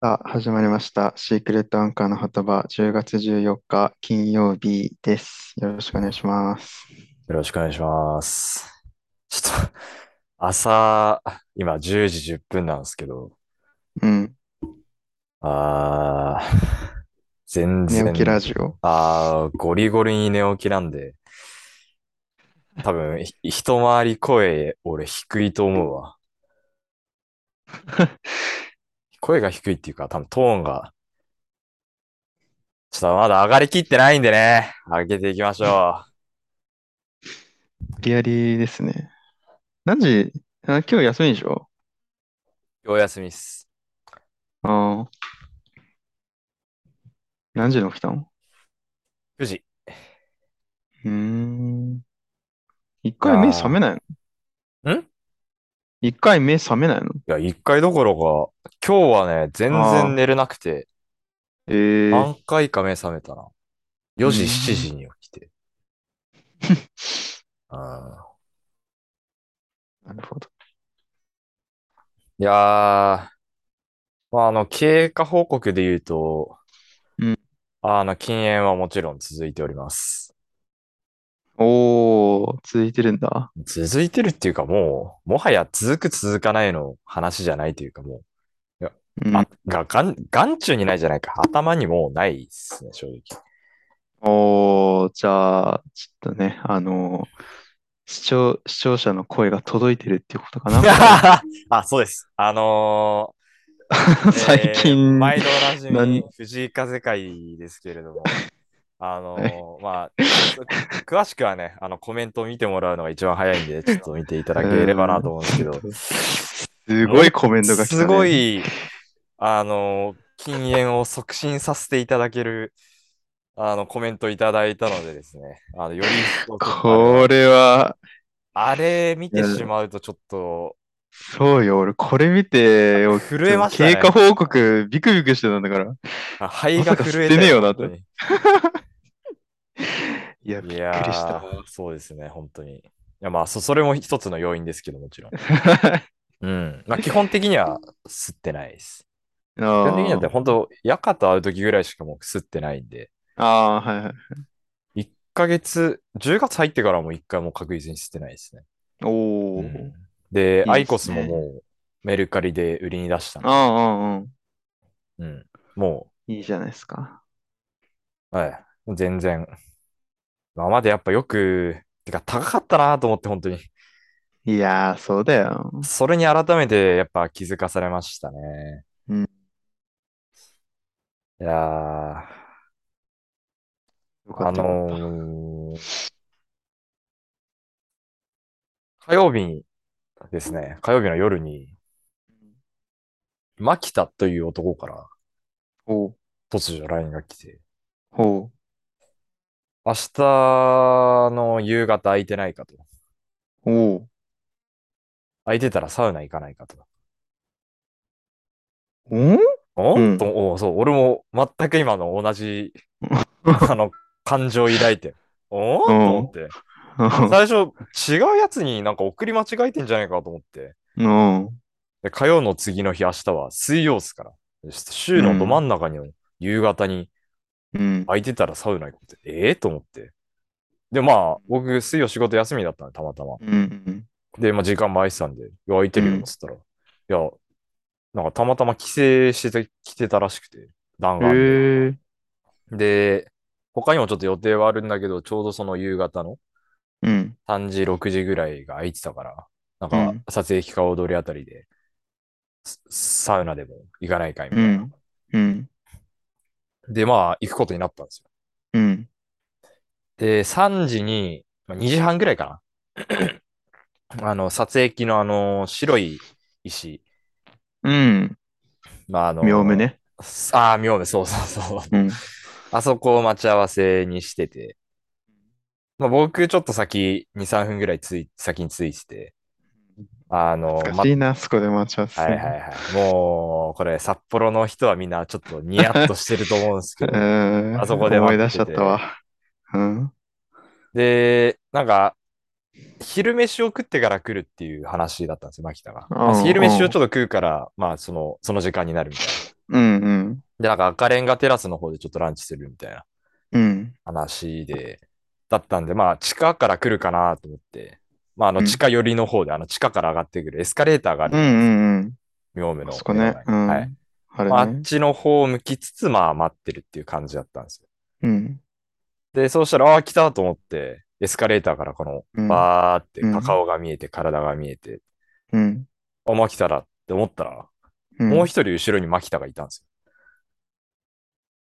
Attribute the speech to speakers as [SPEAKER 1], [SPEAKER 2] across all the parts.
[SPEAKER 1] さあ、始まりました。シークレットアンカーの言葉、10月14日金曜日です。よろしくお願いします。
[SPEAKER 2] よろしくお願いします。ちょっと朝、今10時10分なんですけど、
[SPEAKER 1] うん。
[SPEAKER 2] あー、全
[SPEAKER 1] 寝起きラ
[SPEAKER 2] 然、
[SPEAKER 1] ジオ。
[SPEAKER 2] あー、ゴリゴリに寝起きなんで、多分、ひ一回り声、俺低いと思 うわ。声が低いっていうか、多分トーンが、ちょっとまだ上がりきってないんでね、上げていきましょ
[SPEAKER 1] 無理やりですね。何時あ、今日休みでしょ
[SPEAKER 2] う。お休みっす。
[SPEAKER 1] ああー、何時に起きたの
[SPEAKER 2] 9時。
[SPEAKER 1] うーん。一
[SPEAKER 2] い
[SPEAKER 1] 回目覚め
[SPEAKER 2] や
[SPEAKER 1] ないの
[SPEAKER 2] ー、んい
[SPEAKER 1] 一回目覚めないの
[SPEAKER 2] や、一回どころか、今日はね、全然
[SPEAKER 1] ああ
[SPEAKER 2] 寝れなくて、
[SPEAKER 1] ー、ええ
[SPEAKER 2] 何回か目覚めたな。
[SPEAKER 1] ー、う
[SPEAKER 2] 4時、7
[SPEAKER 1] ん。
[SPEAKER 2] 時に起き て。うん。
[SPEAKER 1] なるほど。
[SPEAKER 2] いやー、まあ、あの、経過報告で言うと、
[SPEAKER 1] うん。
[SPEAKER 2] あの、禁煙はもちろん続いております。
[SPEAKER 1] おー、続いてるんだ。
[SPEAKER 2] 続いてるっていうか、もう、もはや続く続かないの話じゃないというか、もう、いや、
[SPEAKER 1] うん。
[SPEAKER 2] あ、が、眼眼中にないじゃないか。頭にもうないっすね、正直。
[SPEAKER 1] おー、じゃあ、ちょっとね、あのー視聴、視聴者の声が届いてるっていうことかな、これは。
[SPEAKER 2] あ、そうです。あの ー
[SPEAKER 1] 最
[SPEAKER 2] えー
[SPEAKER 1] 近、
[SPEAKER 2] 毎度おなじみ、
[SPEAKER 1] 何、
[SPEAKER 2] 藤井風会ですけれど も、あ
[SPEAKER 1] はい。
[SPEAKER 2] のーまあ、そ詳しくはね、あの、コメントを見てもらうのが一番早いんで、ちょっと見ていただければ
[SPEAKER 1] う
[SPEAKER 2] な
[SPEAKER 1] ー
[SPEAKER 2] と
[SPEAKER 1] ん、
[SPEAKER 2] 思うんです
[SPEAKER 1] ち
[SPEAKER 2] け
[SPEAKER 1] ょっと、す
[SPEAKER 2] ど、
[SPEAKER 1] ご
[SPEAKER 2] も
[SPEAKER 1] い
[SPEAKER 2] の
[SPEAKER 1] コメントが来
[SPEAKER 2] す
[SPEAKER 1] た
[SPEAKER 2] ご
[SPEAKER 1] ね。
[SPEAKER 2] い、あのー禁煙を促進させていただける、あの、コメントいただいたのでですね、あの、より一層ちょ
[SPEAKER 1] こ
[SPEAKER 2] っとあれは、
[SPEAKER 1] れは、
[SPEAKER 2] あれ見
[SPEAKER 1] い
[SPEAKER 2] て
[SPEAKER 1] や、
[SPEAKER 2] しまうとちょっと、
[SPEAKER 1] そうよ、俺、これ見て、お
[SPEAKER 2] 震
[SPEAKER 1] で
[SPEAKER 2] え
[SPEAKER 1] も
[SPEAKER 2] ました
[SPEAKER 1] 経過
[SPEAKER 2] ね。
[SPEAKER 1] 報告、ビクビクしてたんだから、
[SPEAKER 2] あ肺
[SPEAKER 1] ま
[SPEAKER 2] が
[SPEAKER 1] さか吸
[SPEAKER 2] 震
[SPEAKER 1] っ
[SPEAKER 2] え
[SPEAKER 1] て
[SPEAKER 2] た
[SPEAKER 1] ねえ
[SPEAKER 2] よ、
[SPEAKER 1] よ
[SPEAKER 2] 本
[SPEAKER 1] な
[SPEAKER 2] 当
[SPEAKER 1] と。
[SPEAKER 2] に。
[SPEAKER 1] いや、びっ
[SPEAKER 2] い
[SPEAKER 1] くりした
[SPEAKER 2] やー、
[SPEAKER 1] わ。
[SPEAKER 2] そうですね、本当に。いや、まあ、そ、それも一つの要因ですけど、もちろ ん。うん。まあ、基本的には吸ってないです。基本的には、
[SPEAKER 1] あ
[SPEAKER 2] 本当、夜間と会う時ぐらいしかもう吸ってないんで、
[SPEAKER 1] あ、ああ、はいはい。
[SPEAKER 2] 1ヶ月、10月入ってからも1回も確実に吸ってないですね。う
[SPEAKER 1] お
[SPEAKER 2] ん。
[SPEAKER 1] ー、
[SPEAKER 2] で、
[SPEAKER 1] い
[SPEAKER 2] ア
[SPEAKER 1] いで
[SPEAKER 2] イコ
[SPEAKER 1] す
[SPEAKER 2] スも
[SPEAKER 1] ね。
[SPEAKER 2] もうメルカリで売りに出したん
[SPEAKER 1] あ
[SPEAKER 2] で、
[SPEAKER 1] あ、ああ、うん
[SPEAKER 2] うん。も
[SPEAKER 1] いいじゃないですか。
[SPEAKER 2] う、はい、全然。今までやっぱよく、てか高かったなと思って、本当に。
[SPEAKER 1] いやー、そうだよ。
[SPEAKER 2] それに改めてやっぱ気づかされましたね。
[SPEAKER 1] うん、
[SPEAKER 2] いやー、
[SPEAKER 1] よか
[SPEAKER 2] あ
[SPEAKER 1] ったよかった。
[SPEAKER 2] のー火曜日にですね、火曜日の夜に、マキタという男から
[SPEAKER 1] ほう、
[SPEAKER 2] 突如 LINE が来て、
[SPEAKER 1] ほう、
[SPEAKER 2] 明日の夕方空いてないかと。
[SPEAKER 1] おう、
[SPEAKER 2] 空いてたらサウナ行かないかと。
[SPEAKER 1] うんう
[SPEAKER 2] お
[SPEAKER 1] ん。
[SPEAKER 2] と、おそう、俺も全く今の 同じ、あの、感情を抱いて、お
[SPEAKER 1] う
[SPEAKER 2] と思っ
[SPEAKER 1] ん。
[SPEAKER 2] て。最初、違うやつになんか送り間違えてんじゃないかと思って。
[SPEAKER 1] うん。
[SPEAKER 2] で、火曜の次の日、明日は水曜っすから。で
[SPEAKER 1] う
[SPEAKER 2] 週のど真
[SPEAKER 1] ん。
[SPEAKER 2] ん中に、夕方に
[SPEAKER 1] うん。
[SPEAKER 2] 空いてたらサウナ行こうって、ええと思って。で、まあ、僕、水曜仕事休みだったんで、たまたま。
[SPEAKER 1] うん。
[SPEAKER 2] で、まあ、時間も空いてたんで、いや、空いて
[SPEAKER 1] う
[SPEAKER 2] るよ、っ
[SPEAKER 1] ん。
[SPEAKER 2] つったら。いや、なんかたまたま帰省してて、来てたらしくて、弾丸で。
[SPEAKER 1] へえ。
[SPEAKER 2] で、他にもちょっと予定はあるんだけど、ちょうどその夕方の
[SPEAKER 1] うん。
[SPEAKER 2] 3時、6時ぐらいが空いてたから、なん
[SPEAKER 1] う
[SPEAKER 2] か、
[SPEAKER 1] ん。
[SPEAKER 2] 撮影期間踊りあたりで、ササウナでも行かないかいみ
[SPEAKER 1] う
[SPEAKER 2] たいな。
[SPEAKER 1] ん。うん。
[SPEAKER 2] で、まあ、行くことになったんですよ。
[SPEAKER 1] うん。
[SPEAKER 2] で、3時に、まあ、2時半ぐらいか な。あの、撮影機のあの、白い石。
[SPEAKER 1] うん
[SPEAKER 2] まあ、あ
[SPEAKER 1] 妙目
[SPEAKER 2] の、
[SPEAKER 1] ね。
[SPEAKER 2] すああ、妙ね、そうそうそう。
[SPEAKER 1] うん。
[SPEAKER 2] あそこを待ち合わせにしてて。まあ、僕、ちょっと先、2、3分ぐらいつい、先についてて。あの、
[SPEAKER 1] 懐か
[SPEAKER 2] ま、
[SPEAKER 1] しいな、そこで待ち合わせ
[SPEAKER 2] は
[SPEAKER 1] す
[SPEAKER 2] い
[SPEAKER 1] る
[SPEAKER 2] はい
[SPEAKER 1] の。
[SPEAKER 2] はい。もう、これ、札幌の人はみんなちょっとニヤッとしてると思うんですけ
[SPEAKER 1] う
[SPEAKER 2] ど、あそ
[SPEAKER 1] ん。
[SPEAKER 2] こで
[SPEAKER 1] 思い
[SPEAKER 2] 待っ
[SPEAKER 1] 出してちゃったわ。
[SPEAKER 2] て。
[SPEAKER 1] うん。
[SPEAKER 2] で、なんか、昼飯を食ってから来るっていう話だったんですよ、牧田が。
[SPEAKER 1] う
[SPEAKER 2] まあ、昼飯を
[SPEAKER 1] ん。
[SPEAKER 2] ちょっと食うから、まあ、その、その時間になるみたいな。
[SPEAKER 1] うんうん。
[SPEAKER 2] で、なんか赤レンガテラスの方でちょっとランチするみたいな
[SPEAKER 1] うん。
[SPEAKER 2] 話で、だったんで、まあ、地下から来るかなと思って、まあ、あ
[SPEAKER 1] う
[SPEAKER 2] の、
[SPEAKER 1] ん
[SPEAKER 2] 地下寄りの方で、あの、地下から上がってくるエスカレーターがあ
[SPEAKER 1] う
[SPEAKER 2] る
[SPEAKER 1] んうん
[SPEAKER 2] です、
[SPEAKER 1] ん
[SPEAKER 2] 妙務
[SPEAKER 1] うん。あ
[SPEAKER 2] の。
[SPEAKER 1] そこね。うん。
[SPEAKER 2] はい。
[SPEAKER 1] あ
[SPEAKER 2] まあ、あ
[SPEAKER 1] れ
[SPEAKER 2] っ
[SPEAKER 1] ね。
[SPEAKER 2] ちの方を向きつつ、まあ、待ってるっていう感じだったんですよ。
[SPEAKER 1] うん。
[SPEAKER 2] で、そうしたら、ああ、来たと思って、エスカレーターからこの、
[SPEAKER 1] うん
[SPEAKER 2] バーって
[SPEAKER 1] うん
[SPEAKER 2] カカオが見えて、体が見えて、
[SPEAKER 1] うん。
[SPEAKER 2] あ、マキタだって思ったら、
[SPEAKER 1] うん
[SPEAKER 2] もう一人後ろにマキタがいたんです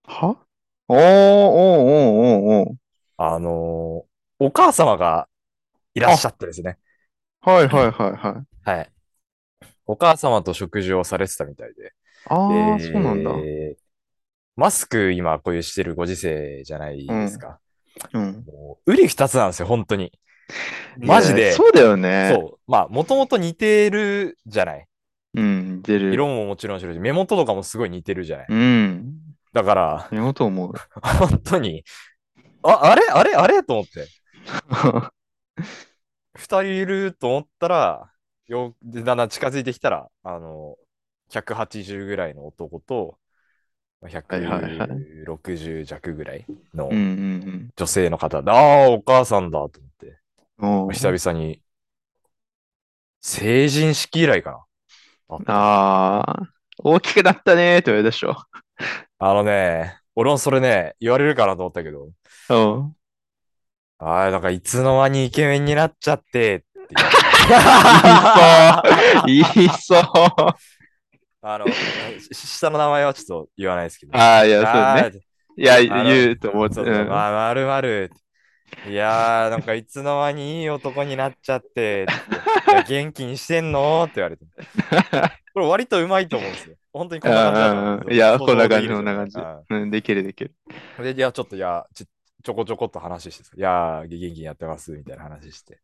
[SPEAKER 2] よ。
[SPEAKER 1] はおーおーおーおーお
[SPEAKER 2] あのーお母様がいらっしゃってですね。
[SPEAKER 1] ーはいはいはいはい。
[SPEAKER 2] はい。お母様と食事をされてたみたいで。
[SPEAKER 1] ああ、
[SPEAKER 2] で
[SPEAKER 1] そうなんだ。
[SPEAKER 2] マスク今こういうしてるご時世じゃないですか。
[SPEAKER 1] うん。
[SPEAKER 2] もう、うり二つなんですよ、本当に。マジ
[SPEAKER 1] いや
[SPEAKER 2] で。
[SPEAKER 1] そうだよね。
[SPEAKER 2] そう。まあ、もともと似てるじゃない。
[SPEAKER 1] うん、出る。
[SPEAKER 2] 色ももちろん白いし、目元とかもすごい似てるじゃない。
[SPEAKER 1] うん。
[SPEAKER 2] だから、
[SPEAKER 1] 寝ようと思う。
[SPEAKER 2] 本当に、あ、あれあれあれと思って。二人いると思ったら、よでだんだん近づいてきたら、あの、180ぐらいの男と、まあ
[SPEAKER 1] いはいはい
[SPEAKER 2] 160弱ぐらいの
[SPEAKER 1] うんうん
[SPEAKER 2] 女性の方で、ああ、お母さんだと思って、
[SPEAKER 1] うん。おー
[SPEAKER 2] 久々に、成人式以来かな。あ
[SPEAKER 1] ああ、大きくなったねーって言われたでしょ。
[SPEAKER 2] あのね、俺もそれね、言われるかなと思ったけど、
[SPEAKER 1] うん。
[SPEAKER 2] ああ、なんかいつの間にイケメンになっちゃっ て、って言われて
[SPEAKER 1] 言いそう。
[SPEAKER 2] あの、し下の名前はちょっと言わないですけど。
[SPEAKER 1] ああ、いや、そう
[SPEAKER 2] あ
[SPEAKER 1] ね。いや、
[SPEAKER 2] あの
[SPEAKER 1] 言うと思っ
[SPEAKER 2] ー
[SPEAKER 1] て。
[SPEAKER 2] そううそう、
[SPEAKER 1] ん
[SPEAKER 2] まあ、まるまる。いやー、なんかいつの間にいい男になっちゃって、い や元気にしてんのって言われて。これ割とうまいと思うんですよ。本当にこんな感じだと思うん
[SPEAKER 1] うんうん
[SPEAKER 2] です
[SPEAKER 1] うん
[SPEAKER 2] よ
[SPEAKER 1] いや
[SPEAKER 2] 想像できる
[SPEAKER 1] こんな感じ
[SPEAKER 2] じゃ
[SPEAKER 1] こん
[SPEAKER 2] ん
[SPEAKER 1] うん、できるできる。
[SPEAKER 2] うんで、いや、ちょっと、いや、ちちょこちょこっと話してさ、いやー、元気にやってます、みたいな話して。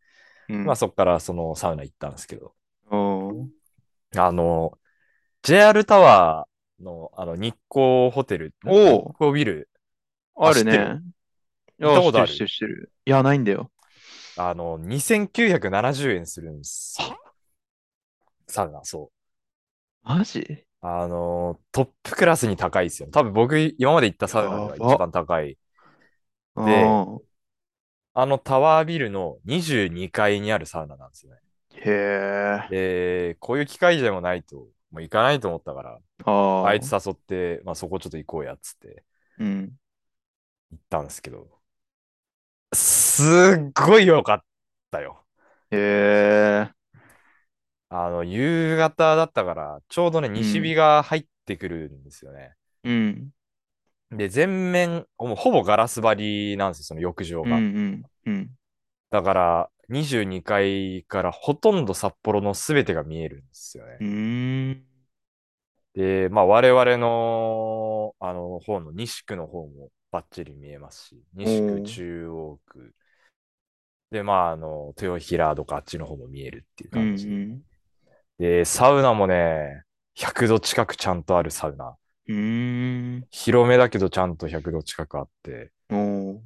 [SPEAKER 1] うん
[SPEAKER 2] まあ、そっからそのサウナ行ったんですけど、
[SPEAKER 1] おー
[SPEAKER 2] あの、JR タワーのあの日光ホテル、
[SPEAKER 1] おー
[SPEAKER 2] 日光ビル、
[SPEAKER 1] あるね。い
[SPEAKER 2] 行っ
[SPEAKER 1] や、
[SPEAKER 2] たことある
[SPEAKER 1] 知ってる知ってる知ってる。いや、ないんだよ。
[SPEAKER 2] あの、2970円するんですよ。サウナ、そ
[SPEAKER 1] マジ
[SPEAKER 2] う。あの、トップクラスに高いですよ。多分僕、今まで行ったサウナが
[SPEAKER 1] やば
[SPEAKER 2] 一番高い。
[SPEAKER 1] で
[SPEAKER 2] あのタワービルの22階にあるサウナなんですよね。
[SPEAKER 1] へえ。
[SPEAKER 2] で、こういう機会でもないと、もう行かないと思ったから、
[SPEAKER 1] ああ。
[SPEAKER 2] あいつ誘って、まあそこちょっと行こうやっつって
[SPEAKER 1] うん。
[SPEAKER 2] 行ったんですけど、すっごい良かったよ。
[SPEAKER 1] へえ。
[SPEAKER 2] あの、夕方だったから、ちょうどね、西日が入ってくるんですよね。
[SPEAKER 1] うん。
[SPEAKER 2] で、全面、もうほぼガラス張りなんですよ、その浴場
[SPEAKER 1] うん
[SPEAKER 2] が。
[SPEAKER 1] うんうん。
[SPEAKER 2] だから、22階からほとんど札幌の全てが見えるんですよね
[SPEAKER 1] う。ーん。
[SPEAKER 2] で、まあ、我々の、あの、方の西区の方もバッチリ見えますし、
[SPEAKER 1] お
[SPEAKER 2] 西区、
[SPEAKER 1] ー
[SPEAKER 2] 中央区、で、まあ、あの、豊平とかあっちの方も見えるっていう
[SPEAKER 1] うんう
[SPEAKER 2] 感じ。
[SPEAKER 1] ん。
[SPEAKER 2] で、サウナもね、100度近くちゃんとあるサウナ。
[SPEAKER 1] うーん。
[SPEAKER 2] 広めだけどちゃんと100度近くあって、
[SPEAKER 1] おー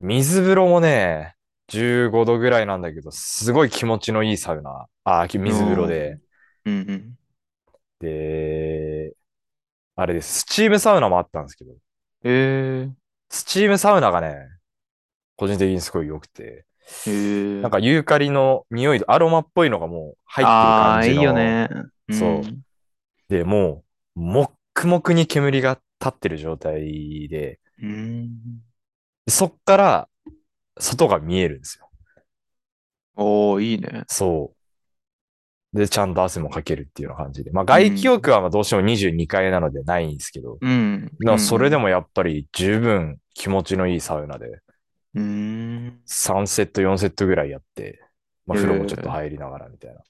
[SPEAKER 2] 水風呂もね、15度ぐらいなんだけど、すごい気持ちのいいサウナ。あ、き水風呂で。
[SPEAKER 1] うんうん。
[SPEAKER 2] で、あれです。スチームサウナもあったんですけど、
[SPEAKER 1] え
[SPEAKER 2] スチームサウナがね、個人的にすごい良くて、
[SPEAKER 1] え。へえ。
[SPEAKER 2] なんかユーカリの匂い、アロマっぽいのがもう入っ
[SPEAKER 1] あ
[SPEAKER 2] てる感
[SPEAKER 1] あ、
[SPEAKER 2] じ
[SPEAKER 1] い
[SPEAKER 2] の。
[SPEAKER 1] いよね。
[SPEAKER 2] そうで、もう、もっくもくに煙が立ってる状態で、
[SPEAKER 1] うん。うん。
[SPEAKER 2] そっから外が見えるんですよ。
[SPEAKER 1] おお、いいね。
[SPEAKER 2] そう。で、ちゃんと汗もかけるっていうような感じで。まあ、外気浴はまあどうしても22階なのでないんですけど、
[SPEAKER 1] うん。
[SPEAKER 2] まあそれで
[SPEAKER 1] も。
[SPEAKER 2] もやっぱり十分気持ちのいいサウナで、
[SPEAKER 1] うーん。
[SPEAKER 2] 3セット、4セットぐらいやって、まあ、
[SPEAKER 1] へー
[SPEAKER 2] 風呂もちょっと入りながらみたいな。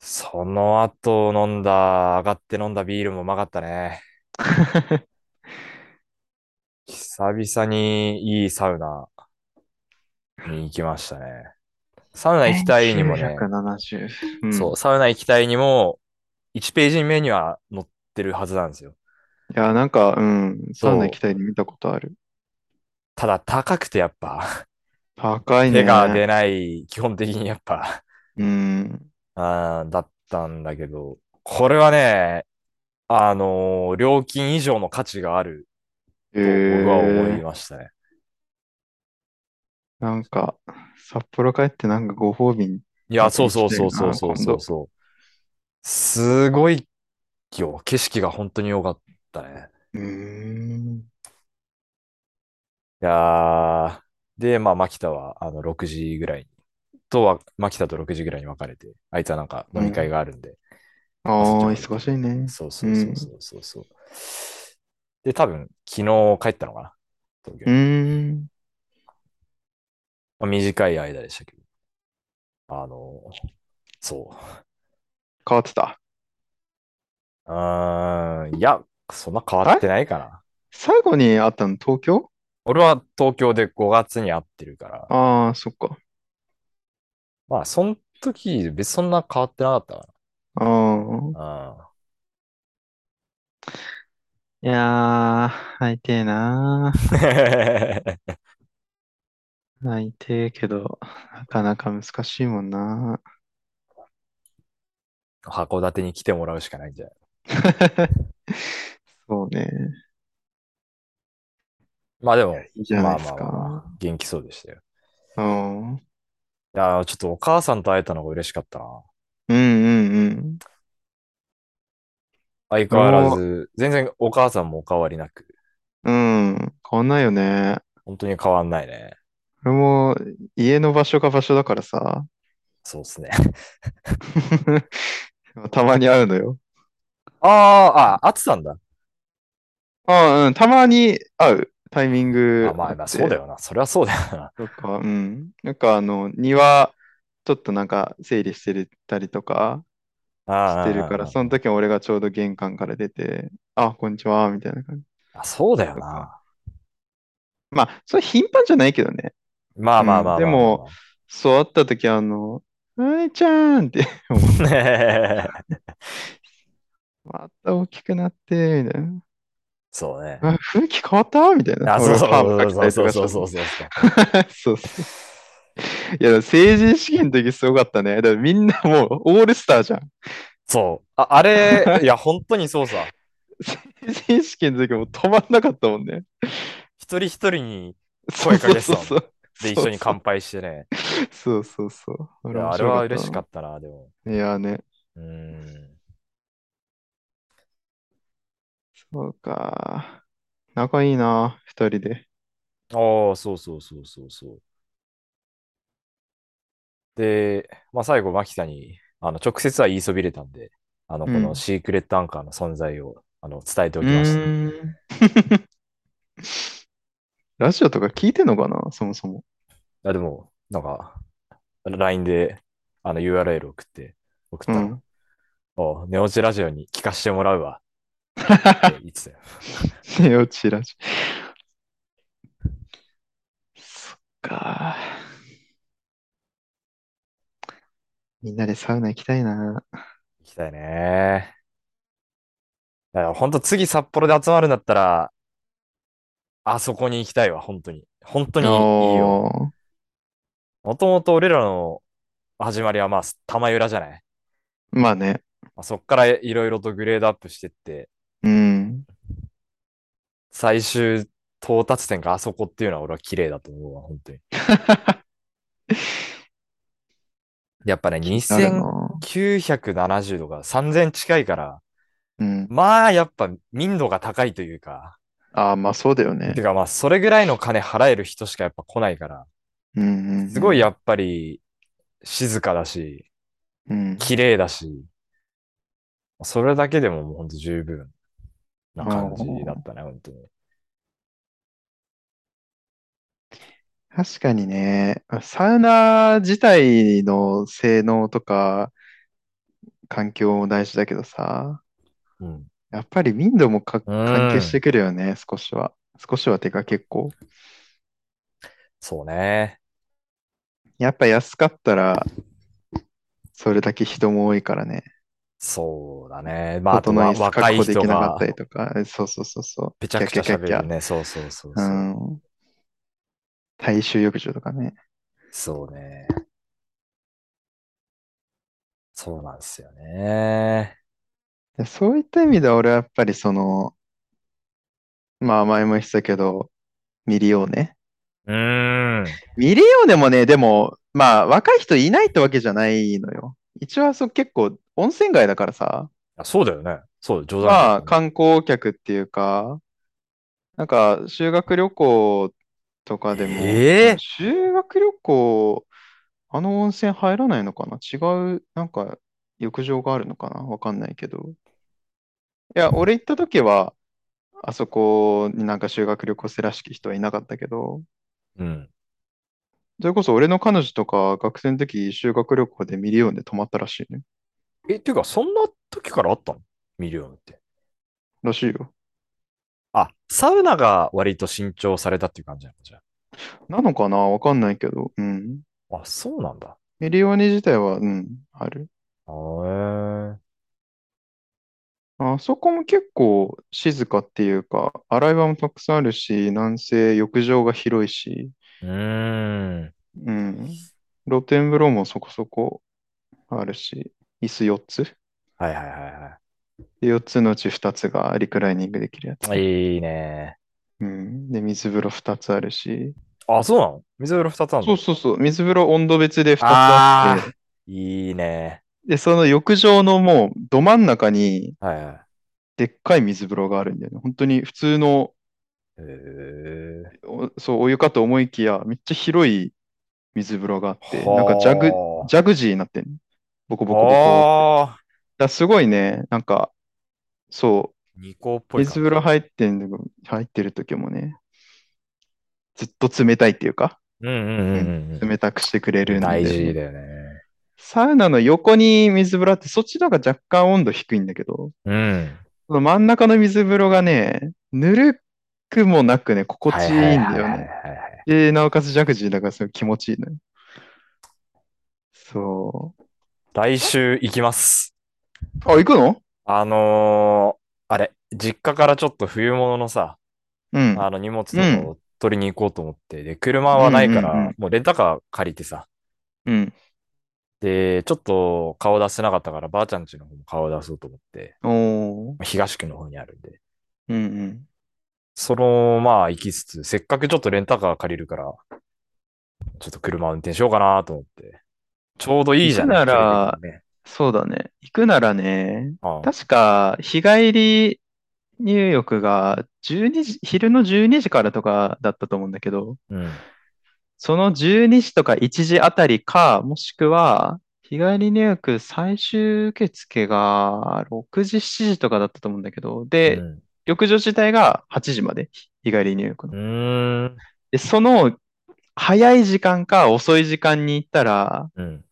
[SPEAKER 2] その後飲んだ、上がって飲んだビールもうまかっ たね。久々にいいサウナに行きましたね。サウナ行きたいにもね。
[SPEAKER 1] 970。
[SPEAKER 2] そうう、サウナ行きたいにも、1ページ目には載ってるはずなんですよ。
[SPEAKER 1] ん。いや、なんか、うん。
[SPEAKER 2] そ
[SPEAKER 1] サ
[SPEAKER 2] う
[SPEAKER 1] ウナ行きたいに見たことある。
[SPEAKER 2] ただ高くてやっぱ、
[SPEAKER 1] 高いね。
[SPEAKER 2] 手が出ない、基本的にやっぱ、
[SPEAKER 1] うん。
[SPEAKER 2] あーだったんだけど、これはね、あのー料金以上の価値があると僕は思いましたね。
[SPEAKER 1] なんか、札幌帰ってなんかご褒美に。
[SPEAKER 2] いや、そうそうそうそうそうそうそう。すごいよ。景色が本当に良かったね。
[SPEAKER 1] うーん。
[SPEAKER 2] いやー、で、まあ、牧田は、あの、6時ぐらいに、とは、牧田と6時ぐらいに別れて、あいつはなんか飲み会があるんで、
[SPEAKER 1] ああ、
[SPEAKER 2] そっちも
[SPEAKER 1] 忙しいね。
[SPEAKER 2] そうそうそうそうそうそう。で、多分、昨日帰ったのかな、東京
[SPEAKER 1] う。ーん。
[SPEAKER 2] まあ短い間でしたけど。あの、そ
[SPEAKER 1] 変わってた。
[SPEAKER 2] う。うーん、いや、そんな変わってないかな。
[SPEAKER 1] 最後に会ったの東京
[SPEAKER 2] 俺は東京で5月に会ってるから、
[SPEAKER 1] ああ、そっか。
[SPEAKER 2] まあ、その時、別にそんな変わってなかったか
[SPEAKER 1] ああ。
[SPEAKER 2] な。うん。
[SPEAKER 1] いやー、会いてえなー。会いてえけど、なかなか難しいもんな
[SPEAKER 2] 函館に来てもらうしかないんじゃない
[SPEAKER 1] ー。そうね。
[SPEAKER 2] まあでも、
[SPEAKER 1] いいじゃない
[SPEAKER 2] まあ
[SPEAKER 1] です
[SPEAKER 2] まあまあまあ、元気そうでしたよ。
[SPEAKER 1] か。うん。うん
[SPEAKER 2] いやー、ちょっとお母さんと会えたのが嬉しかったな。
[SPEAKER 1] うんうん。
[SPEAKER 2] 相変わらず、全然お母さんもお変わりなく、
[SPEAKER 1] うん。変わんないよね。
[SPEAKER 2] 本当に変わんないね。
[SPEAKER 1] 俺も家の場所が場所だからさ。
[SPEAKER 2] そうですね。
[SPEAKER 1] たまに会うのよ。
[SPEAKER 2] ああ、あ、あつさんだ。
[SPEAKER 1] ああ、うん。たまに会うタイミング
[SPEAKER 2] あまあまあ、
[SPEAKER 1] って
[SPEAKER 2] そうだよな。それはそうだよな。
[SPEAKER 1] とか、うん。なんかあの、庭、ちょっとなんか整理してたりとか
[SPEAKER 2] あ
[SPEAKER 1] して
[SPEAKER 2] あ
[SPEAKER 1] るから、その時俺がちょうど玄関から出て、あ、こんにちは、みたいな感じ。
[SPEAKER 2] あそうだよな。
[SPEAKER 1] まあ、それ頻繁じゃないけどね。
[SPEAKER 2] まあまあまあまあまあ。
[SPEAKER 1] でもそう会った時あの、あいちゃんって、
[SPEAKER 2] ねえ、
[SPEAKER 1] また大きくなって、みたいな。
[SPEAKER 2] そ うね。
[SPEAKER 1] あ、雰囲気変わったみたいな。
[SPEAKER 2] あ、そう
[SPEAKER 1] 俺パーマかけた
[SPEAKER 2] そう
[SPEAKER 1] りと
[SPEAKER 2] そう
[SPEAKER 1] か
[SPEAKER 2] そう
[SPEAKER 1] し
[SPEAKER 2] そう
[SPEAKER 1] た
[SPEAKER 2] そうそ
[SPEAKER 1] そう
[SPEAKER 2] う。
[SPEAKER 1] そう。いや、成人試験の時すごかったね。だからみんなもうオールスターじゃん。
[SPEAKER 2] そう。あ、あ れ、いや、本当にそうさ。
[SPEAKER 1] 成人試験の時もう止まんなかったもんね。
[SPEAKER 2] 一人一人に、声かけてた
[SPEAKER 1] そう
[SPEAKER 2] もん
[SPEAKER 1] そうそう。
[SPEAKER 2] で、一緒に乾杯してね。
[SPEAKER 1] そうそう そう。
[SPEAKER 2] いやあれは嬉しか
[SPEAKER 1] っ
[SPEAKER 2] ったな、でも。
[SPEAKER 1] た。いやね、
[SPEAKER 2] うーん。
[SPEAKER 1] そうか。仲いいな、二人で。
[SPEAKER 2] ああ、そうそうそうそうそう。で、まあ、最後、牧田に、あの、直接は言いそびれたんで、あの、こ
[SPEAKER 1] うん
[SPEAKER 2] のシークレットアンカーの存在を、あの、伝えてお
[SPEAKER 1] う
[SPEAKER 2] きました。
[SPEAKER 1] ーん ラジオとか聞いてんのかな、そもそも。
[SPEAKER 2] あ、でも、なんか、あの LINE で、あの、URL 送って、送った
[SPEAKER 1] う
[SPEAKER 2] ら、
[SPEAKER 1] ん。
[SPEAKER 2] おうネオチラジオに聞かせてもらう わ。って言ってたよ。
[SPEAKER 1] 寝落ちラジオ。そっか。みんなでサウナ行きたいな。
[SPEAKER 2] 行きたいね。だから本当次札幌で集まるんだったら、あそこに行きたいわ、本当に。本当にいいよ。
[SPEAKER 1] お
[SPEAKER 2] もともと俺らの始まりはまあ、玉浦じゃない。
[SPEAKER 1] ーまあね。
[SPEAKER 2] まあ、そっからいろいろとグレードアップしてって、
[SPEAKER 1] うん。
[SPEAKER 2] 最終到達点があそこっていうのは俺は綺麗だと思うわ、本 当に。やっぱね、
[SPEAKER 1] なるな。
[SPEAKER 2] 2970とか3000近いから、
[SPEAKER 1] うん。
[SPEAKER 2] まあやっぱ民度が高いというか、
[SPEAKER 1] ああ、まあそうだよね
[SPEAKER 2] て。かまあ、それぐらいの金払える人しかやっぱ来ないから、
[SPEAKER 1] うんうんうん。
[SPEAKER 2] すごいやっぱり静かだし、
[SPEAKER 1] うん。
[SPEAKER 2] 綺麗だし、それだけでももうほんと十分な感じだったね、本当に。
[SPEAKER 1] 確かにね、サウナ自体の性能とか環境も大事だけどさ、
[SPEAKER 2] うん。
[SPEAKER 1] やっぱり民度もか
[SPEAKER 2] うん
[SPEAKER 1] 関係してくるよね、少しは。少しはてか結構。
[SPEAKER 2] そうね。
[SPEAKER 1] やっぱ安かったら、それだけ人も多いからね。
[SPEAKER 2] そうだね。まあ、あと
[SPEAKER 1] 整い
[SPEAKER 2] わ
[SPEAKER 1] 椅子
[SPEAKER 2] 若い
[SPEAKER 1] 確保で
[SPEAKER 2] 人
[SPEAKER 1] きなかっ
[SPEAKER 2] が
[SPEAKER 1] たりとか、そうそうそうそう。
[SPEAKER 2] ぺちゃくちゃ
[SPEAKER 1] キャッキャキャ
[SPEAKER 2] 喋
[SPEAKER 1] ッ
[SPEAKER 2] る
[SPEAKER 1] キ
[SPEAKER 2] ね。そうそうそう
[SPEAKER 1] ャ
[SPEAKER 2] そう。
[SPEAKER 1] うん。大衆浴場とかね。
[SPEAKER 2] そうね。そうなんですよね。
[SPEAKER 1] でそういった意味では俺はやっぱりその、まあ前も言ってたけど、ミリオーネ。
[SPEAKER 2] うーん。
[SPEAKER 1] ミリオーネもね、でも、まあ若い人いないってわけじゃないのよ。一応あそこ結構温泉街だからさ、
[SPEAKER 2] あそうだよね。そう、冗談
[SPEAKER 1] まあ
[SPEAKER 2] だよね
[SPEAKER 1] 観光客っていうか、なんか修学旅行とかでも、
[SPEAKER 2] ええ
[SPEAKER 1] 修学旅行、あの温泉入らないのかな違う、なんか浴場があるのかなわかんないけど。いや、俺行った時は、あそこになんか修学旅行生らしき人はいなかったけど、
[SPEAKER 2] うん。
[SPEAKER 1] それこそ俺の彼女とか学生の時修学旅行でミリオンで泊まったらしいね。
[SPEAKER 2] え、っていうか、そんな時からあったのミリオンって。
[SPEAKER 1] らしいよ。
[SPEAKER 2] あ、サウナが割と新調されたっていう感じなのじゃ
[SPEAKER 1] なのかなわかんないけど、うん。
[SPEAKER 2] あ。あ、そうなんだ。
[SPEAKER 1] ミリオネ自体は、うん、ある。
[SPEAKER 2] へー
[SPEAKER 1] あそこも結構静かっていうか、洗い場もたくさんあるし、南西浴場が広いし、
[SPEAKER 2] うーん。
[SPEAKER 1] うん。露天風呂もそこそこあるし、椅子4つ。
[SPEAKER 2] はいはいは
[SPEAKER 1] で4つのうち2つがリクライニングできるやつ。
[SPEAKER 2] いはい。いいね。
[SPEAKER 1] うん。で、水風呂2つあるし。
[SPEAKER 2] あ、そうなの水風呂2つある
[SPEAKER 1] そ
[SPEAKER 2] の
[SPEAKER 1] うそうそう。水風呂温度別で2つあって。
[SPEAKER 2] いいね。
[SPEAKER 1] で、その浴場のもうど真ん中に
[SPEAKER 2] はいはい。
[SPEAKER 1] でっかい水風呂があるんだよね。本当に普通の、
[SPEAKER 2] へー
[SPEAKER 1] おそう、お湯かと思いきや、めっちゃ広い水風呂があって、なんかジャグ、
[SPEAKER 2] はあ
[SPEAKER 1] ジャグジーになってんの。ボコボコボコって。
[SPEAKER 2] ああ、
[SPEAKER 1] だからすごいね、なんか、そ
[SPEAKER 2] ニコっ
[SPEAKER 1] う、
[SPEAKER 2] ぽい感
[SPEAKER 1] 水
[SPEAKER 2] じ。
[SPEAKER 1] 風呂入ってんだけど、入ってる時もね、ずっと冷たいっていうか、
[SPEAKER 2] うんうんうんうん
[SPEAKER 1] 冷たくしてくれるんで、
[SPEAKER 2] 大事だよね。
[SPEAKER 1] サウナの横に水風呂あって、そっちの方が若干温度低いんだけど、
[SPEAKER 2] うん。
[SPEAKER 1] その真ん中の水風呂がね、ぬるくもなくね、心地いいんだ
[SPEAKER 2] はい
[SPEAKER 1] よ
[SPEAKER 2] はいはい
[SPEAKER 1] ね。
[SPEAKER 2] はいはい
[SPEAKER 1] で、なおかつジャグジーだからすごい気持ちいいのよ。そ
[SPEAKER 2] 来週行きます。
[SPEAKER 1] う。あ、行くの
[SPEAKER 2] あのー、あれ、実家からちょっと冬物のさ、
[SPEAKER 1] うん。
[SPEAKER 2] あの荷物
[SPEAKER 1] うん
[SPEAKER 2] を取りに行こうと思って、で、車はないか
[SPEAKER 1] うんうんう
[SPEAKER 2] ら
[SPEAKER 1] ん、
[SPEAKER 2] もうレンタカー借りてさ、
[SPEAKER 1] うん。
[SPEAKER 2] で、ちょっと顔出せなかったから、ばあちゃん家の方も顔出そうと思って、
[SPEAKER 1] おー。
[SPEAKER 2] まあ東区の方にあるんで、
[SPEAKER 1] うんうん。
[SPEAKER 2] その、まあ、行きつつ、せっかくちょっとレンタカー借りるから、ちょっと車運転しようかなと思って、ちょうどいいじゃん。
[SPEAKER 1] 行くなら
[SPEAKER 2] 距離的にね
[SPEAKER 1] そうだね。行くならね、
[SPEAKER 2] ああ
[SPEAKER 1] 確か日帰り入浴が12時、昼の12時からとかだったと思うんだけど、
[SPEAKER 2] うん。
[SPEAKER 1] その12時とか1時あたりか、もしくは、日帰り入浴最終受付が6時、7時とかだったと思うんだけど、で、
[SPEAKER 2] うん
[SPEAKER 1] 浴場自体が8時まで、日帰り入浴
[SPEAKER 2] う
[SPEAKER 1] の。
[SPEAKER 2] ーん。
[SPEAKER 1] で、その早い時間か遅い時間に行ったら、
[SPEAKER 2] うん。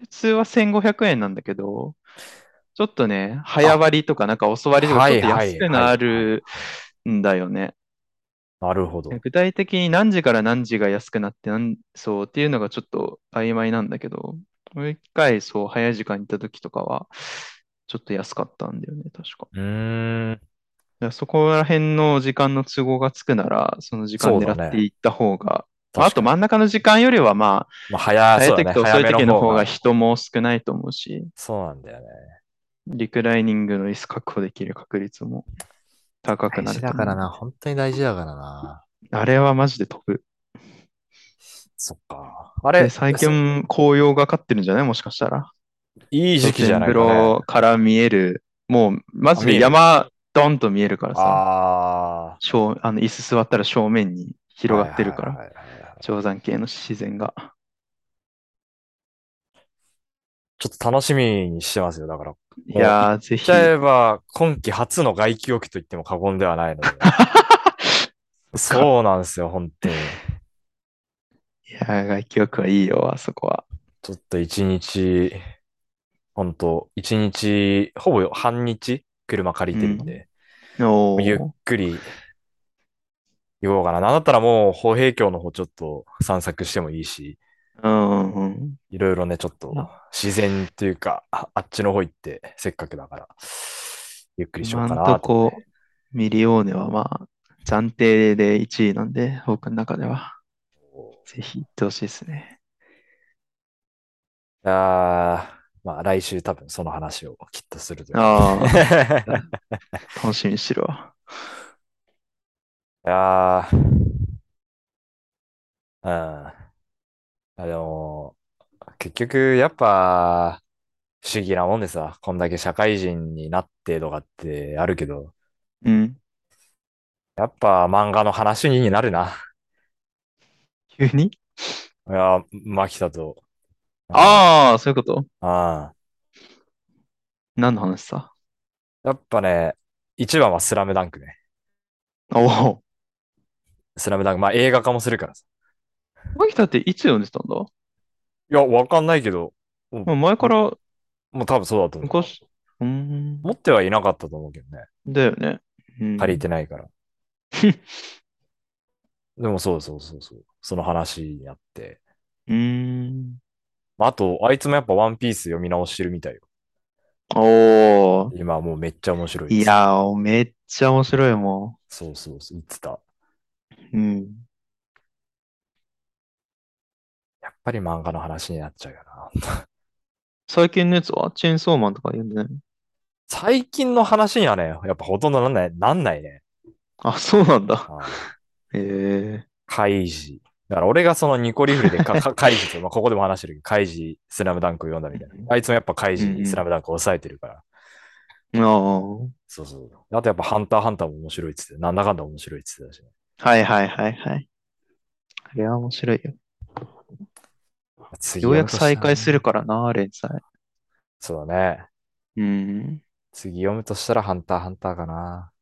[SPEAKER 1] 普通は1500円なんだけど、ちょっとね、早割りとかなんか遅割りとか
[SPEAKER 2] は
[SPEAKER 1] ちょっ
[SPEAKER 2] い
[SPEAKER 1] と安くなるんだよね。
[SPEAKER 2] なるほど。
[SPEAKER 1] 具体的に何時から何時が安くなってなん、そうっていうのがちょっと曖昧なんだけど、もう一回そう早い時間に行った時とかは、ちょっと安かったんだよね、確か。
[SPEAKER 2] うーん。
[SPEAKER 1] だからそこら辺の時間の都合がつくなら、その時間
[SPEAKER 2] そうだね
[SPEAKER 1] 狙っていった方が、まああ
[SPEAKER 2] 確
[SPEAKER 1] と
[SPEAKER 2] かに
[SPEAKER 1] 真ん中の時間よりはまあ、
[SPEAKER 2] まあ、早、
[SPEAKER 1] 早
[SPEAKER 2] そう
[SPEAKER 1] い時
[SPEAKER 2] だね。
[SPEAKER 1] と遅い
[SPEAKER 2] 早め
[SPEAKER 1] 時の方
[SPEAKER 2] 方
[SPEAKER 1] が
[SPEAKER 2] が。
[SPEAKER 1] 人も少ないと思うし、
[SPEAKER 2] そうなんだよね。
[SPEAKER 1] リクライニングの椅子確保できる確率も高くなると思う。
[SPEAKER 2] な。本当に大事だからな。
[SPEAKER 1] あれはマジで飛ぶ。
[SPEAKER 2] そっか。あ
[SPEAKER 1] で
[SPEAKER 2] れ、
[SPEAKER 1] 最
[SPEAKER 2] そう
[SPEAKER 1] 近紅葉がかってるんじゃないもしかしたら。
[SPEAKER 2] いい時期じゃないか、
[SPEAKER 1] 露天風
[SPEAKER 2] ね。
[SPEAKER 1] 呂から見える、もうマジ
[SPEAKER 2] あ見え
[SPEAKER 1] で
[SPEAKER 2] る
[SPEAKER 1] 山、ドンと見えるからさ、
[SPEAKER 2] ああ。
[SPEAKER 1] 正あの椅子座ったら正面に広がってるから、
[SPEAKER 2] はいはいはいはい
[SPEAKER 1] 定山系の自然が。
[SPEAKER 2] ちょっと楽しみにしてますよ。だから、
[SPEAKER 1] いやー、ぜ
[SPEAKER 2] 言っ
[SPEAKER 1] ひ
[SPEAKER 2] ち。ゃえば、今季初の外気浴と言っても過言ではない ので。そうなんですよ、本当に。
[SPEAKER 1] いやー、外気浴はいいよ、あそこは。
[SPEAKER 2] ちょっと一日、本当一日、ほぼ半日、車借りてるんで、
[SPEAKER 1] お
[SPEAKER 2] ゆっ
[SPEAKER 1] ー
[SPEAKER 2] くり行こうかな。なんだったらもう、歩兵橋の方ちょっと散策してもいいし、
[SPEAKER 1] うんうんうん。
[SPEAKER 2] いろいろね、ちょっと自然っていうか、ああっちの方行って、せっかくだから、ゆっくりしよ
[SPEAKER 1] 今
[SPEAKER 2] うか
[SPEAKER 1] ん
[SPEAKER 2] な
[SPEAKER 1] と
[SPEAKER 2] と。
[SPEAKER 1] こ、ミリオーネはまあ、暫定で1位なんで、僕の中では。ぜひ行ってほしいですね。
[SPEAKER 2] いやーままあ来週多分その話をきっとするという
[SPEAKER 1] ああ、
[SPEAKER 2] い
[SPEAKER 1] 楽しみにしてるわ。
[SPEAKER 2] やーうん。あの結局やっぱ不思議なもんでさ、こんだけ社会人になってとかってあるけど、
[SPEAKER 1] うん。
[SPEAKER 2] やっぱ漫画の話になるな。
[SPEAKER 1] 急に
[SPEAKER 2] いやー、牧田と。
[SPEAKER 1] ああ、そういうこと
[SPEAKER 2] あ。
[SPEAKER 1] 何の話さ
[SPEAKER 2] やっぱね、一番はスラムダンクね。
[SPEAKER 1] おお。
[SPEAKER 2] スラムダンク。まあ映画化もするからさ。
[SPEAKER 1] 牧田っていつ読んでたんだ
[SPEAKER 2] いや、わかんないけど、
[SPEAKER 1] まあ前から
[SPEAKER 2] もう多分そうだと思う。
[SPEAKER 1] 昔、うーん。
[SPEAKER 2] 持ってはいなかったと思うけどね。
[SPEAKER 1] だよね。うん
[SPEAKER 2] 借りてないから。 でもそうそうそうそう。その話になって。
[SPEAKER 1] うーん。
[SPEAKER 2] まああと、あいつもやっぱワンピース読み直してるみたいよ。
[SPEAKER 1] おお。
[SPEAKER 2] 今もうめっちゃ面白いっつ。
[SPEAKER 1] いやー、めっちゃ面白いも
[SPEAKER 2] そうそうそう。言ってた。
[SPEAKER 1] ん。うん。
[SPEAKER 2] やっぱり漫画の話になっちゃうよな。
[SPEAKER 1] 最近のやつはチェーンソーマンとか読んでない
[SPEAKER 2] 最近の話にはね、やっぱほとんどなんない、なんないね。
[SPEAKER 1] あ、そうなんだ。
[SPEAKER 2] ああ
[SPEAKER 1] へえ。
[SPEAKER 2] カイジ。だから俺がそのニコリフル でかかカイジと、まあ、ここでも話してるけど、カイジ、スラムダンクを読んだみたいな。あいつもやっぱカイ
[SPEAKER 1] うんう
[SPEAKER 2] ジ、
[SPEAKER 1] ん
[SPEAKER 2] スラムダンクを抑えてるから。
[SPEAKER 1] ああ。
[SPEAKER 2] そうそう。あとやっぱハンターハンターも面白いっつってた、なんだかんだ面白いっつってたし、
[SPEAKER 1] はいはいはいはい。あれは面白いよ。
[SPEAKER 2] 次
[SPEAKER 1] ようやく再開す
[SPEAKER 2] る。
[SPEAKER 1] るからな、連載。
[SPEAKER 2] そうだね。
[SPEAKER 1] うん。
[SPEAKER 2] 次読むとしたらハンターハンターかな。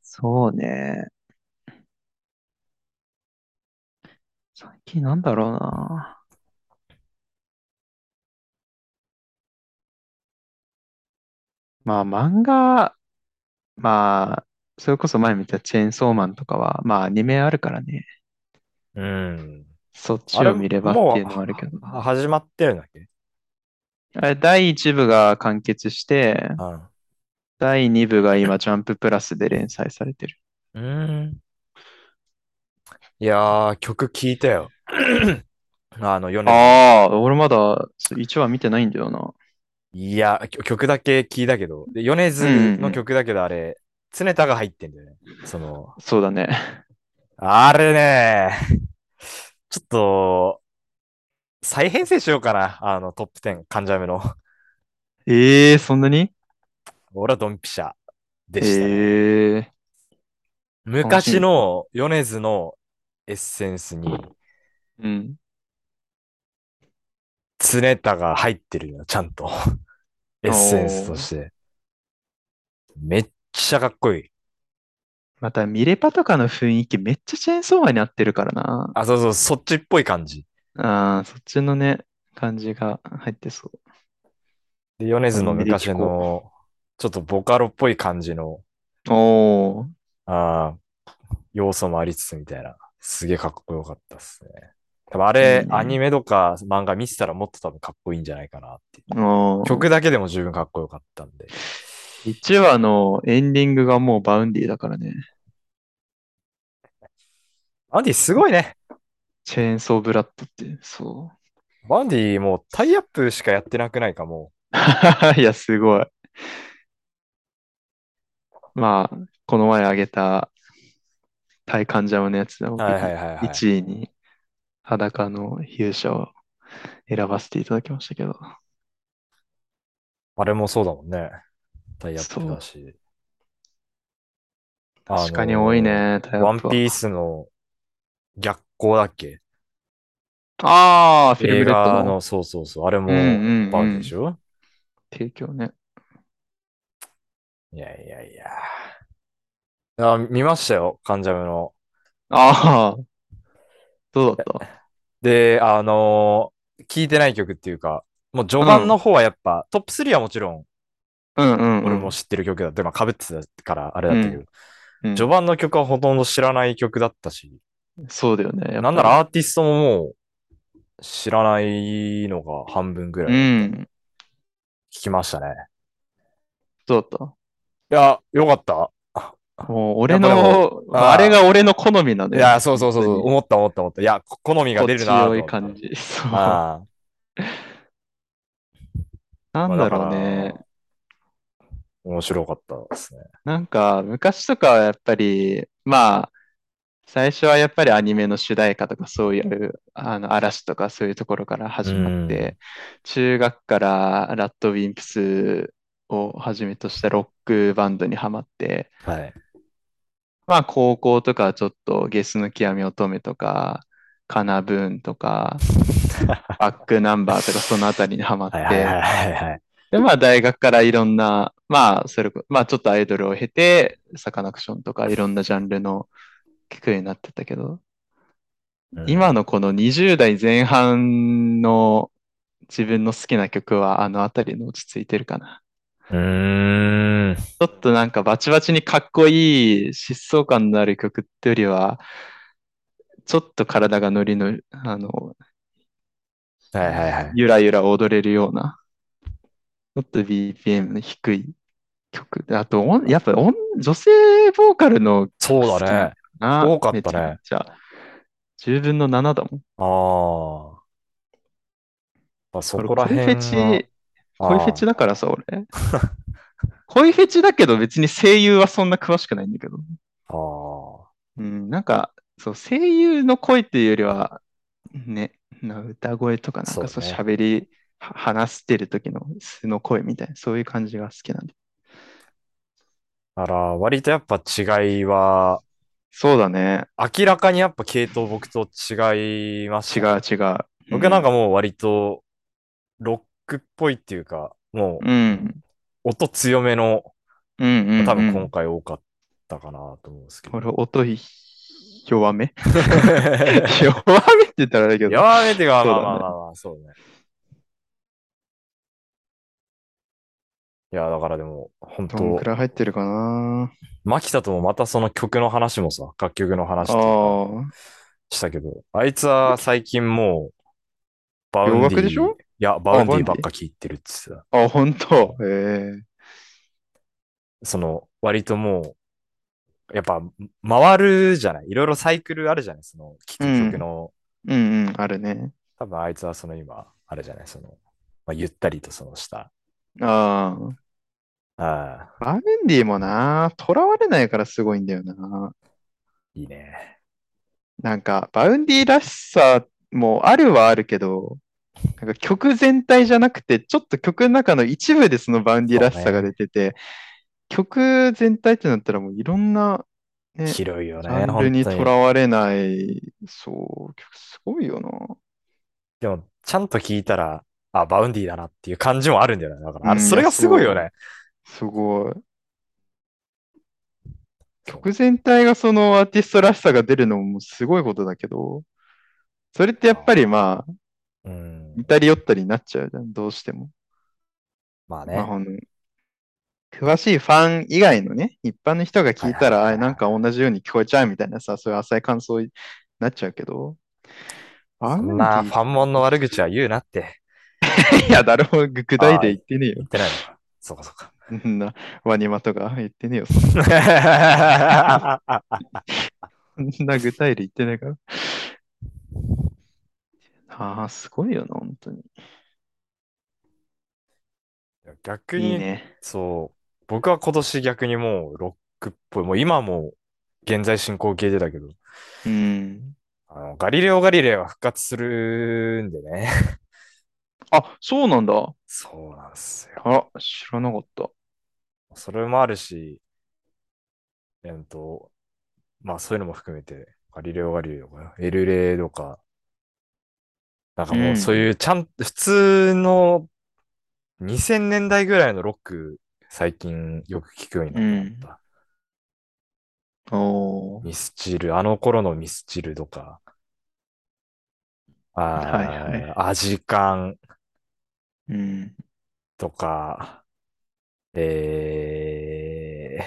[SPEAKER 1] そうね。最近なんだろうな。まあ漫画、まあ、それこそ前見たチェーンソーマンとかは、まあアニメあるからね。
[SPEAKER 2] うん。
[SPEAKER 1] そっち
[SPEAKER 2] あれ
[SPEAKER 1] を見ればっていうのはあるけど。
[SPEAKER 2] もうは始まってるんだっけ
[SPEAKER 1] あれ、第1部が完結して、
[SPEAKER 2] うん。
[SPEAKER 1] 第2部が今ジャンププラスで連載されてる。
[SPEAKER 2] うん。いやー、曲聴い たよ。あの、4年前。
[SPEAKER 1] ああ、俺まだ1話見てないんだよな。
[SPEAKER 2] いや、曲曲だけ聞いたけど、で、米津の曲だけど、あれ、常田が入ってんだよね。その、
[SPEAKER 1] そうだね。
[SPEAKER 2] あれね、ちょっと、再編成しようかな。あの、トップ10、関ジャムの。
[SPEAKER 1] ええそんなに
[SPEAKER 2] 俺はドンピシャでしたね。
[SPEAKER 1] ええ
[SPEAKER 2] 昔の米津のエッセンスに、
[SPEAKER 1] うん。
[SPEAKER 2] 常田が入ってるよ、ちゃんと。エッセンスとして。めっちゃかっこいい。
[SPEAKER 1] また、ミレパとかの雰囲気めっちゃチェーンソーマンに合ってるからな。
[SPEAKER 2] あ、そうそう、そっちっぽい感じ。
[SPEAKER 1] ああ、そっちのね、感じが入ってそう。
[SPEAKER 2] で、米津の
[SPEAKER 1] のんびり
[SPEAKER 2] 昔
[SPEAKER 1] 聞こう
[SPEAKER 2] の、ちょっとボカロっぽい感じの、
[SPEAKER 1] おお。
[SPEAKER 2] あー要素もありつつみたいな、すげえかっこよかったっすね。多分あ
[SPEAKER 1] い
[SPEAKER 2] れ
[SPEAKER 1] い、ね
[SPEAKER 2] アニメとか漫画見てたらもっと多分かっこいいんじゃないかなっていう。
[SPEAKER 1] お
[SPEAKER 2] 曲だけでも十分かっこよかったんで。
[SPEAKER 1] 1話のエンディングがもうバウンディだからね。
[SPEAKER 2] バンディすごいね。
[SPEAKER 1] チェーンソーブラッドって、そ
[SPEAKER 2] バンディもうタイアップしかやってなくないかも
[SPEAKER 1] う。 いや、すごい。まあ、この前あげた、タイカンジャムのやつでも、
[SPEAKER 2] う。はいはいはいはい。
[SPEAKER 1] 1位に裸の勇者を選ばせていただきましたけど。
[SPEAKER 2] あれもそうだもんね。タイアップだし。
[SPEAKER 1] 確かに多い
[SPEAKER 2] あの
[SPEAKER 1] ね、タイ
[SPEAKER 2] ー。
[SPEAKER 1] ア
[SPEAKER 2] ワ
[SPEAKER 1] ッ
[SPEAKER 2] ン
[SPEAKER 1] プ
[SPEAKER 2] ピ
[SPEAKER 1] は
[SPEAKER 2] ースの逆光だっけ
[SPEAKER 1] ああ、フィル
[SPEAKER 2] 映
[SPEAKER 1] ムレッド
[SPEAKER 2] 画
[SPEAKER 1] の
[SPEAKER 2] の、そうそうそう、あれも
[SPEAKER 1] うんうんうん
[SPEAKER 2] バンディでしょ
[SPEAKER 1] 提供ね。
[SPEAKER 2] いやいやいや。あ、見ましたよ、関ジャムの。
[SPEAKER 1] ああ、どうだった
[SPEAKER 2] で、あのー聞いてない曲っていうか、もう序盤の方はやっぱ、トップ3はもちろん、
[SPEAKER 1] うんうん
[SPEAKER 2] 俺も知ってる曲だって、まあ、被ってたからあれだったけ
[SPEAKER 1] う
[SPEAKER 2] ど、
[SPEAKER 1] ん
[SPEAKER 2] 序盤の曲はほとんど知らない曲だったし、
[SPEAKER 1] そうだよね。やっぱ
[SPEAKER 2] なんならアーティストももう、知らないのが半分ぐら
[SPEAKER 1] う
[SPEAKER 2] い
[SPEAKER 1] ん。
[SPEAKER 2] 聞きましたね。
[SPEAKER 1] どうだっ
[SPEAKER 2] いや、よかった。か。
[SPEAKER 1] もう俺
[SPEAKER 2] やっぱで
[SPEAKER 1] の、
[SPEAKER 2] あー
[SPEAKER 1] あれが俺の好みなの
[SPEAKER 2] い
[SPEAKER 1] よ。
[SPEAKER 2] や、そうそうそうそう、
[SPEAKER 1] 本
[SPEAKER 2] 思った思った思った。いや、こ好み
[SPEAKER 1] 当
[SPEAKER 2] が
[SPEAKER 1] に
[SPEAKER 2] 出るなと
[SPEAKER 1] 強
[SPEAKER 2] 思
[SPEAKER 1] い
[SPEAKER 2] った。
[SPEAKER 1] 感じ。そう。
[SPEAKER 2] あ
[SPEAKER 1] なんだろう
[SPEAKER 2] まあだ
[SPEAKER 1] ね
[SPEAKER 2] か。面白かったですね。
[SPEAKER 1] なんか、昔とかはやっぱり、まあ、最初はやっぱりアニメの主題歌とかそういう、あの、嵐とかそういうところから始まって、中学からラッドウィンプスをはじめとしたロックバンドにはまって、
[SPEAKER 2] はい。
[SPEAKER 1] まあ、高校とかちょっとゲスの極み乙女とか、カナブーンとか、バックナンバーとかそのあたりにはまっ
[SPEAKER 2] はいはいは
[SPEAKER 1] て、
[SPEAKER 2] いはいはい。
[SPEAKER 1] で、まあ大学からいろんな、まあそれこ、まあちょっとアイドルを経て、サカナクションとかいろんなジャンルの聞くようになってったけど、
[SPEAKER 2] うん
[SPEAKER 1] 今のこの20代前半の自分の好きな曲はあのあたりの落ち着いてるかな。
[SPEAKER 2] うーん。
[SPEAKER 1] ちょっとなんかバチバチにかっこいい疾走感のある曲ってよりは、ちょっと体がノリの、あの、
[SPEAKER 2] はいはいはい。
[SPEAKER 1] ゆらゆら踊れるような、ちょっと BPM の低い曲。であと音、やっぱ音、女性ボーカルの
[SPEAKER 2] そうだね。
[SPEAKER 1] な、
[SPEAKER 2] 多かったね
[SPEAKER 1] めちゃめちゃ。10分の7だもん。
[SPEAKER 2] あーまあ。そこら
[SPEAKER 1] 俺
[SPEAKER 2] 辺
[SPEAKER 1] 恋フ
[SPEAKER 2] は
[SPEAKER 1] ェチ、恋フェチ
[SPEAKER 2] だ。
[SPEAKER 1] だからさ、俺。 恋フェチだけど別に声優はそんな詳しくないんだけど。
[SPEAKER 2] あー
[SPEAKER 1] うん、なんか、そう、声優の声っていうよりは、ね、な歌声とかなんか、
[SPEAKER 2] そ
[SPEAKER 1] そうう、
[SPEAKER 2] ね
[SPEAKER 1] 喋り、は話してる時の素の声みたいな、そういう感じが好きなんで。
[SPEAKER 2] だから、割とやっぱ違いは、
[SPEAKER 1] そうだね。
[SPEAKER 2] 明らかにやっぱ系統僕と違いまし
[SPEAKER 1] 違
[SPEAKER 2] たね
[SPEAKER 1] う違う。
[SPEAKER 2] 僕はなんかもう割と、ロックっぽいっていうか、もう
[SPEAKER 1] うん、うん、
[SPEAKER 2] 音強めの、
[SPEAKER 1] うん、うん。
[SPEAKER 2] 多分今
[SPEAKER 1] うん
[SPEAKER 2] 回多かったかなと思うんですけど。
[SPEAKER 1] 俺、音ひ弱め 弱めって言ったらあれだけど。
[SPEAKER 2] やめてが、まあ
[SPEAKER 1] そうだね
[SPEAKER 2] まあまあまあ、そうね。いや、だからでも、本
[SPEAKER 1] どん
[SPEAKER 2] 当
[SPEAKER 1] くらい入ってるかな
[SPEAKER 2] 牧田ともまたその曲の話もさ、楽曲の話
[SPEAKER 1] あ
[SPEAKER 2] とか
[SPEAKER 1] あ。
[SPEAKER 2] したけど、あいつは最近もう、バウンディ
[SPEAKER 1] 洋楽でしょ
[SPEAKER 2] いや、バウンデ
[SPEAKER 1] バウ
[SPEAKER 2] ィ
[SPEAKER 1] ンディ
[SPEAKER 2] ばっか聴いてるっつってた。
[SPEAKER 1] あ、本当。え
[SPEAKER 2] その、割ともう、やっぱ、回るじゃないいろいろサイクルあるじゃないその、聴く曲の、
[SPEAKER 1] えうんうん、あるね。
[SPEAKER 2] 多分あいつはその今、あれじゃないその、まあ、ゆったりとそのした、
[SPEAKER 1] ああ。
[SPEAKER 2] ああ、
[SPEAKER 1] バウンディもな、囚われないからすごいんだよな。
[SPEAKER 2] いいね。
[SPEAKER 1] なんか、バウンディらしさもあるはあるけど、なんか曲全体じゃなくて、ちょっと曲の中の一部でそのバウンディらしさが出てて、曲全体ってなったらもういろんな、ね、ジ
[SPEAKER 2] 広いよね。
[SPEAKER 1] ャンルに
[SPEAKER 2] 本当
[SPEAKER 1] とらわれない、そう、曲すごいよな。
[SPEAKER 2] でも、ちゃんと聞いたら、あ、バウンディだなっていう感じもあるんだよね。だから、あれ
[SPEAKER 1] うん
[SPEAKER 2] それがすごいよね。
[SPEAKER 1] すごい。曲全体がそのアーティストらしさが出るのもすごいことだけど、それってやっぱりまあ、
[SPEAKER 2] うん
[SPEAKER 1] 似。たり寄ったりになっちゃうじゃん、どうしても。
[SPEAKER 2] まあ
[SPEAKER 1] まあ、
[SPEAKER 2] ね。
[SPEAKER 1] ほん詳しいファン以外のね、一般の人が聞いたら、
[SPEAKER 2] はいはいはいはい
[SPEAKER 1] あなんか同じように聞こえちゃうみたいなさ、そういう浅い感想になっちゃうけど。あ
[SPEAKER 2] そんな、ファ
[SPEAKER 1] ン
[SPEAKER 2] ンモンの悪口は言うなって
[SPEAKER 1] ディいや、誰も具体で言ってねえ
[SPEAKER 2] 言
[SPEAKER 1] よ
[SPEAKER 2] ってないのか。そうかそうか。。
[SPEAKER 1] そんな、ワニマとか言ってねえよ。そんな具体で言ってないから。ああ、すごいよな、本当に。
[SPEAKER 2] 逆に
[SPEAKER 1] いいね。
[SPEAKER 2] そう。僕は今年逆にもうロックっぽい。もう今も現在進行形でだけど、
[SPEAKER 1] うん。
[SPEAKER 2] あのガリレオ・ガリレイは復活するんでね。
[SPEAKER 1] あ、そうなんだ。
[SPEAKER 2] そうなんですよ。
[SPEAKER 1] あら、知らなかった。
[SPEAKER 2] それもあるし、えっと、まあそういうのも含めて、ガリレオ・ガリレイとか、エルレイとか、なんかもううんそういうちゃん、普通の2000年代ぐらいのロック、最近よく聞くようになった。
[SPEAKER 1] おー。
[SPEAKER 2] ミスチル、あの頃のミスチルとか、あー
[SPEAKER 1] はいはい
[SPEAKER 2] アジカン
[SPEAKER 1] うん。
[SPEAKER 2] とか、え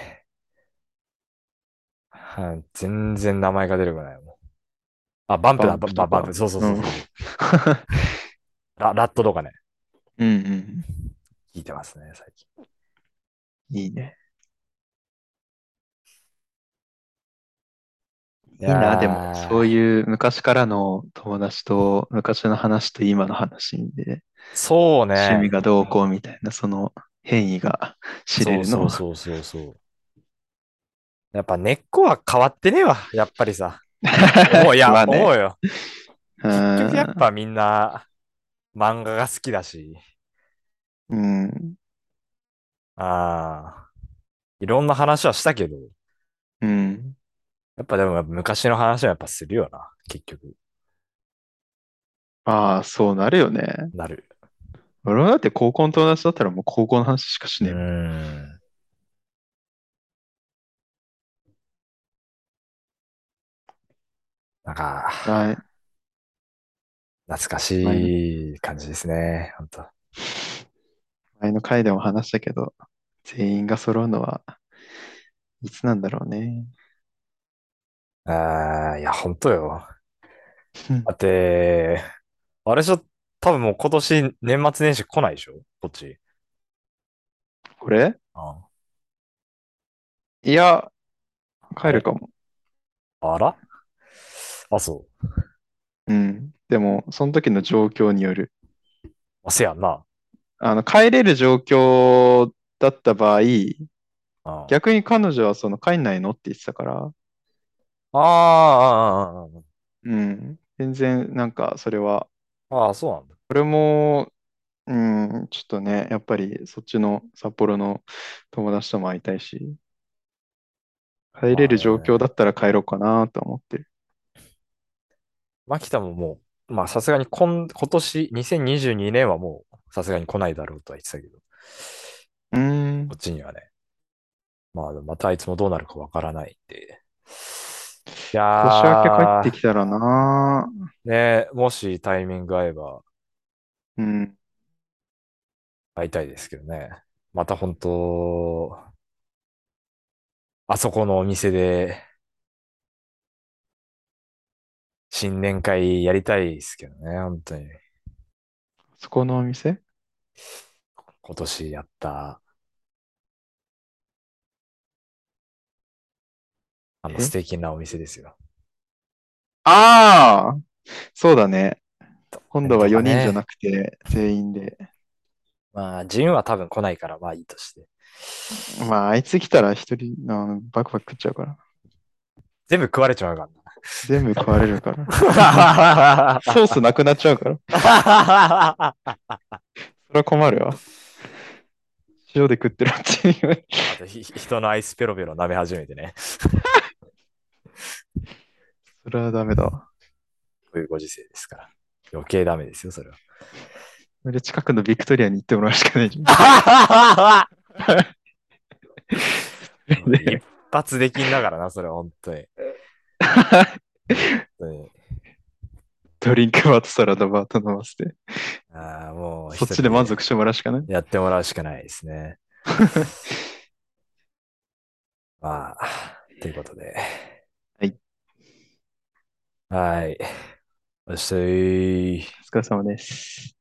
[SPEAKER 2] ー、は全然名前が出てこないもん。あ、バンプ
[SPEAKER 1] バ
[SPEAKER 2] だ、バ
[SPEAKER 1] ンプと
[SPEAKER 2] バ
[SPEAKER 1] か
[SPEAKER 2] バンプ、そうそうそうそううんラ。ラットとかね、
[SPEAKER 1] うん うん。
[SPEAKER 2] 聞いてますね、最近。
[SPEAKER 1] いいね。いいな、で
[SPEAKER 2] や
[SPEAKER 1] も、
[SPEAKER 2] ー
[SPEAKER 1] そういう昔からの友達と、昔の話と今の話で、
[SPEAKER 2] そうね。
[SPEAKER 1] 趣味がどうこうみたいな、その変異が知れるの。
[SPEAKER 2] そうそうそうそうそう。やっぱ根っこは変わってねえわ、やっぱり さ。もういや、
[SPEAKER 1] まあね
[SPEAKER 2] 思うよ。
[SPEAKER 1] う
[SPEAKER 2] 結局やっ
[SPEAKER 1] ん
[SPEAKER 2] ぱみんな漫画が好きだし、
[SPEAKER 1] うん。
[SPEAKER 2] ああ、いろんな話はしたけど、
[SPEAKER 1] うん。
[SPEAKER 2] やっぱでもやっぱ昔の話はやっぱするよな、結局。
[SPEAKER 1] ああ、そうなるよね。
[SPEAKER 2] なる。
[SPEAKER 1] 俺はだって高校の友達だったらもう高校の話しかし
[SPEAKER 2] う
[SPEAKER 1] ねえもん。
[SPEAKER 2] ん。なんか、
[SPEAKER 1] はい。
[SPEAKER 2] 懐かしい感じですね、本当。
[SPEAKER 1] 前の回でも話したけど、全員が揃うのはいつなんだろうね。
[SPEAKER 2] ああ、いや、本当よ。
[SPEAKER 1] うん
[SPEAKER 2] だって、あれでしょ、多分もう今年年末年始来ないでしょこっち。
[SPEAKER 1] これ
[SPEAKER 2] あ
[SPEAKER 1] いや、帰るかも。
[SPEAKER 2] あらあ、そ
[SPEAKER 1] うん。でも、その時の状況による。
[SPEAKER 2] う。あ、せやんな。
[SPEAKER 1] あの、帰れる状況だった場合、
[SPEAKER 2] あ
[SPEAKER 1] 逆に彼女はその帰んないのって言ってたから、
[SPEAKER 2] ああ、あー
[SPEAKER 1] うん。全然、なんか、それは、
[SPEAKER 2] あー、あーあー、そうなんだ。
[SPEAKER 1] 俺も、うん、ちょっとね、やっぱりそっちの札幌の友達とも会いたいし、帰れる状況だったら帰ろうかなと思ってる。
[SPEAKER 2] 牧田ももう、まあさすがに今、今年2022年はもうさすがに来ないだろうとは言ってたけど、
[SPEAKER 1] うーん
[SPEAKER 2] こっ、ちにはね。まあまたあいつもどうなるかわからないんで。いや
[SPEAKER 1] 年明け
[SPEAKER 2] ー
[SPEAKER 1] 帰ってきたらな
[SPEAKER 2] ね、もしタイミング合えば
[SPEAKER 1] うん、
[SPEAKER 2] 会いたいですけどね。また本当、あそこのお店で、新年会やりたいですけどね、本当に。
[SPEAKER 1] そこのお店
[SPEAKER 2] 今年やった、あの
[SPEAKER 1] え
[SPEAKER 2] 素敵なお店ですよ。
[SPEAKER 1] ああそうだね。今度は4人じゃ
[SPEAKER 2] くて。
[SPEAKER 1] なくて全員で。
[SPEAKER 2] まあ、ジンは多分来ないから、まあいいとして。
[SPEAKER 1] まあ、あいつ来たら一人あのバクバク食っちゃうから。
[SPEAKER 2] 全部食われちま うか
[SPEAKER 1] 全部食われる から。
[SPEAKER 2] ら
[SPEAKER 1] ソースなくなっちゃうから。
[SPEAKER 2] な。
[SPEAKER 1] それは困るわ。塩で食ってるうちに。
[SPEAKER 2] あとひ人のアイスペロペロ舐め始めてね。
[SPEAKER 1] それはダメだわ。
[SPEAKER 2] こういうご時世ですから。余計ダメですよ、それは。
[SPEAKER 1] それで近くのビクトリアに行ってもらうしかない じゃん。
[SPEAKER 2] 一発できんだからな、それは本当に。本当に
[SPEAKER 1] ドリンクバーとサラダバーと飲ませて。
[SPEAKER 2] ああ、もう、
[SPEAKER 1] そっちで満
[SPEAKER 2] 一
[SPEAKER 1] 足してもらうしかない。
[SPEAKER 2] 人でやってもらうしかないで すね。まあ、ということで。
[SPEAKER 1] はい。
[SPEAKER 2] はい。そして、
[SPEAKER 1] お疲れ様です。